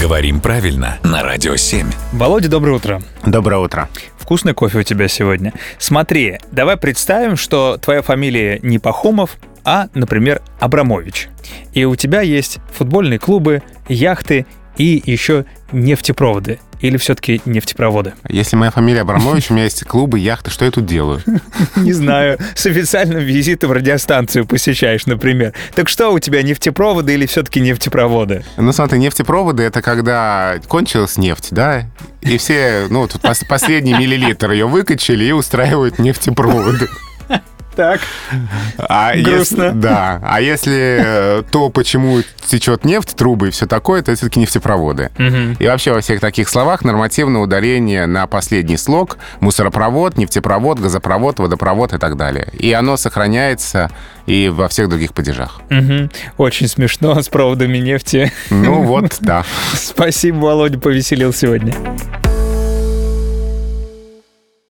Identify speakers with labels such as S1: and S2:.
S1: Говорим правильно на Радио 7.
S2: Володя, доброе утро.
S3: Доброе утро.
S2: Вкусный кофе у тебя сегодня. Смотри, давай представим, что твоя фамилия не Пахомов, а, например, Абрамович. И у тебя есть футбольные клубы, яхты и еще нефтепроводы. Или все-таки нефтепроводы?
S3: Если моя фамилия Абрамович, у меня есть клубы, яхты, что я тут делаю?
S2: Не знаю. С официальным визитом радиостанцию посещаешь, например. Так что у тебя, нефтепроводы или все-таки нефтепроводы?
S3: Ну, смотри, нефтепроводы — это когда кончилась нефть, да? И все, ну, тут пос- последний миллилитр ее выкачали и устраивают нефтепроводы.
S2: Так.
S3: А
S2: Грустно.
S3: Если, да. А если э, то, почему течет нефть, трубы и все такое, то это все-таки нефтепроводы. И вообще во всех таких словах нормативное ударение на последний слог. Мусоропровод, нефтепровод, газопровод, водопровод и так далее. И оно сохраняется и во всех других падежах.
S2: Мгм. Очень смешно с проводами нефти.
S3: Ну вот, да.
S2: Спасибо, Володя, повеселил сегодня.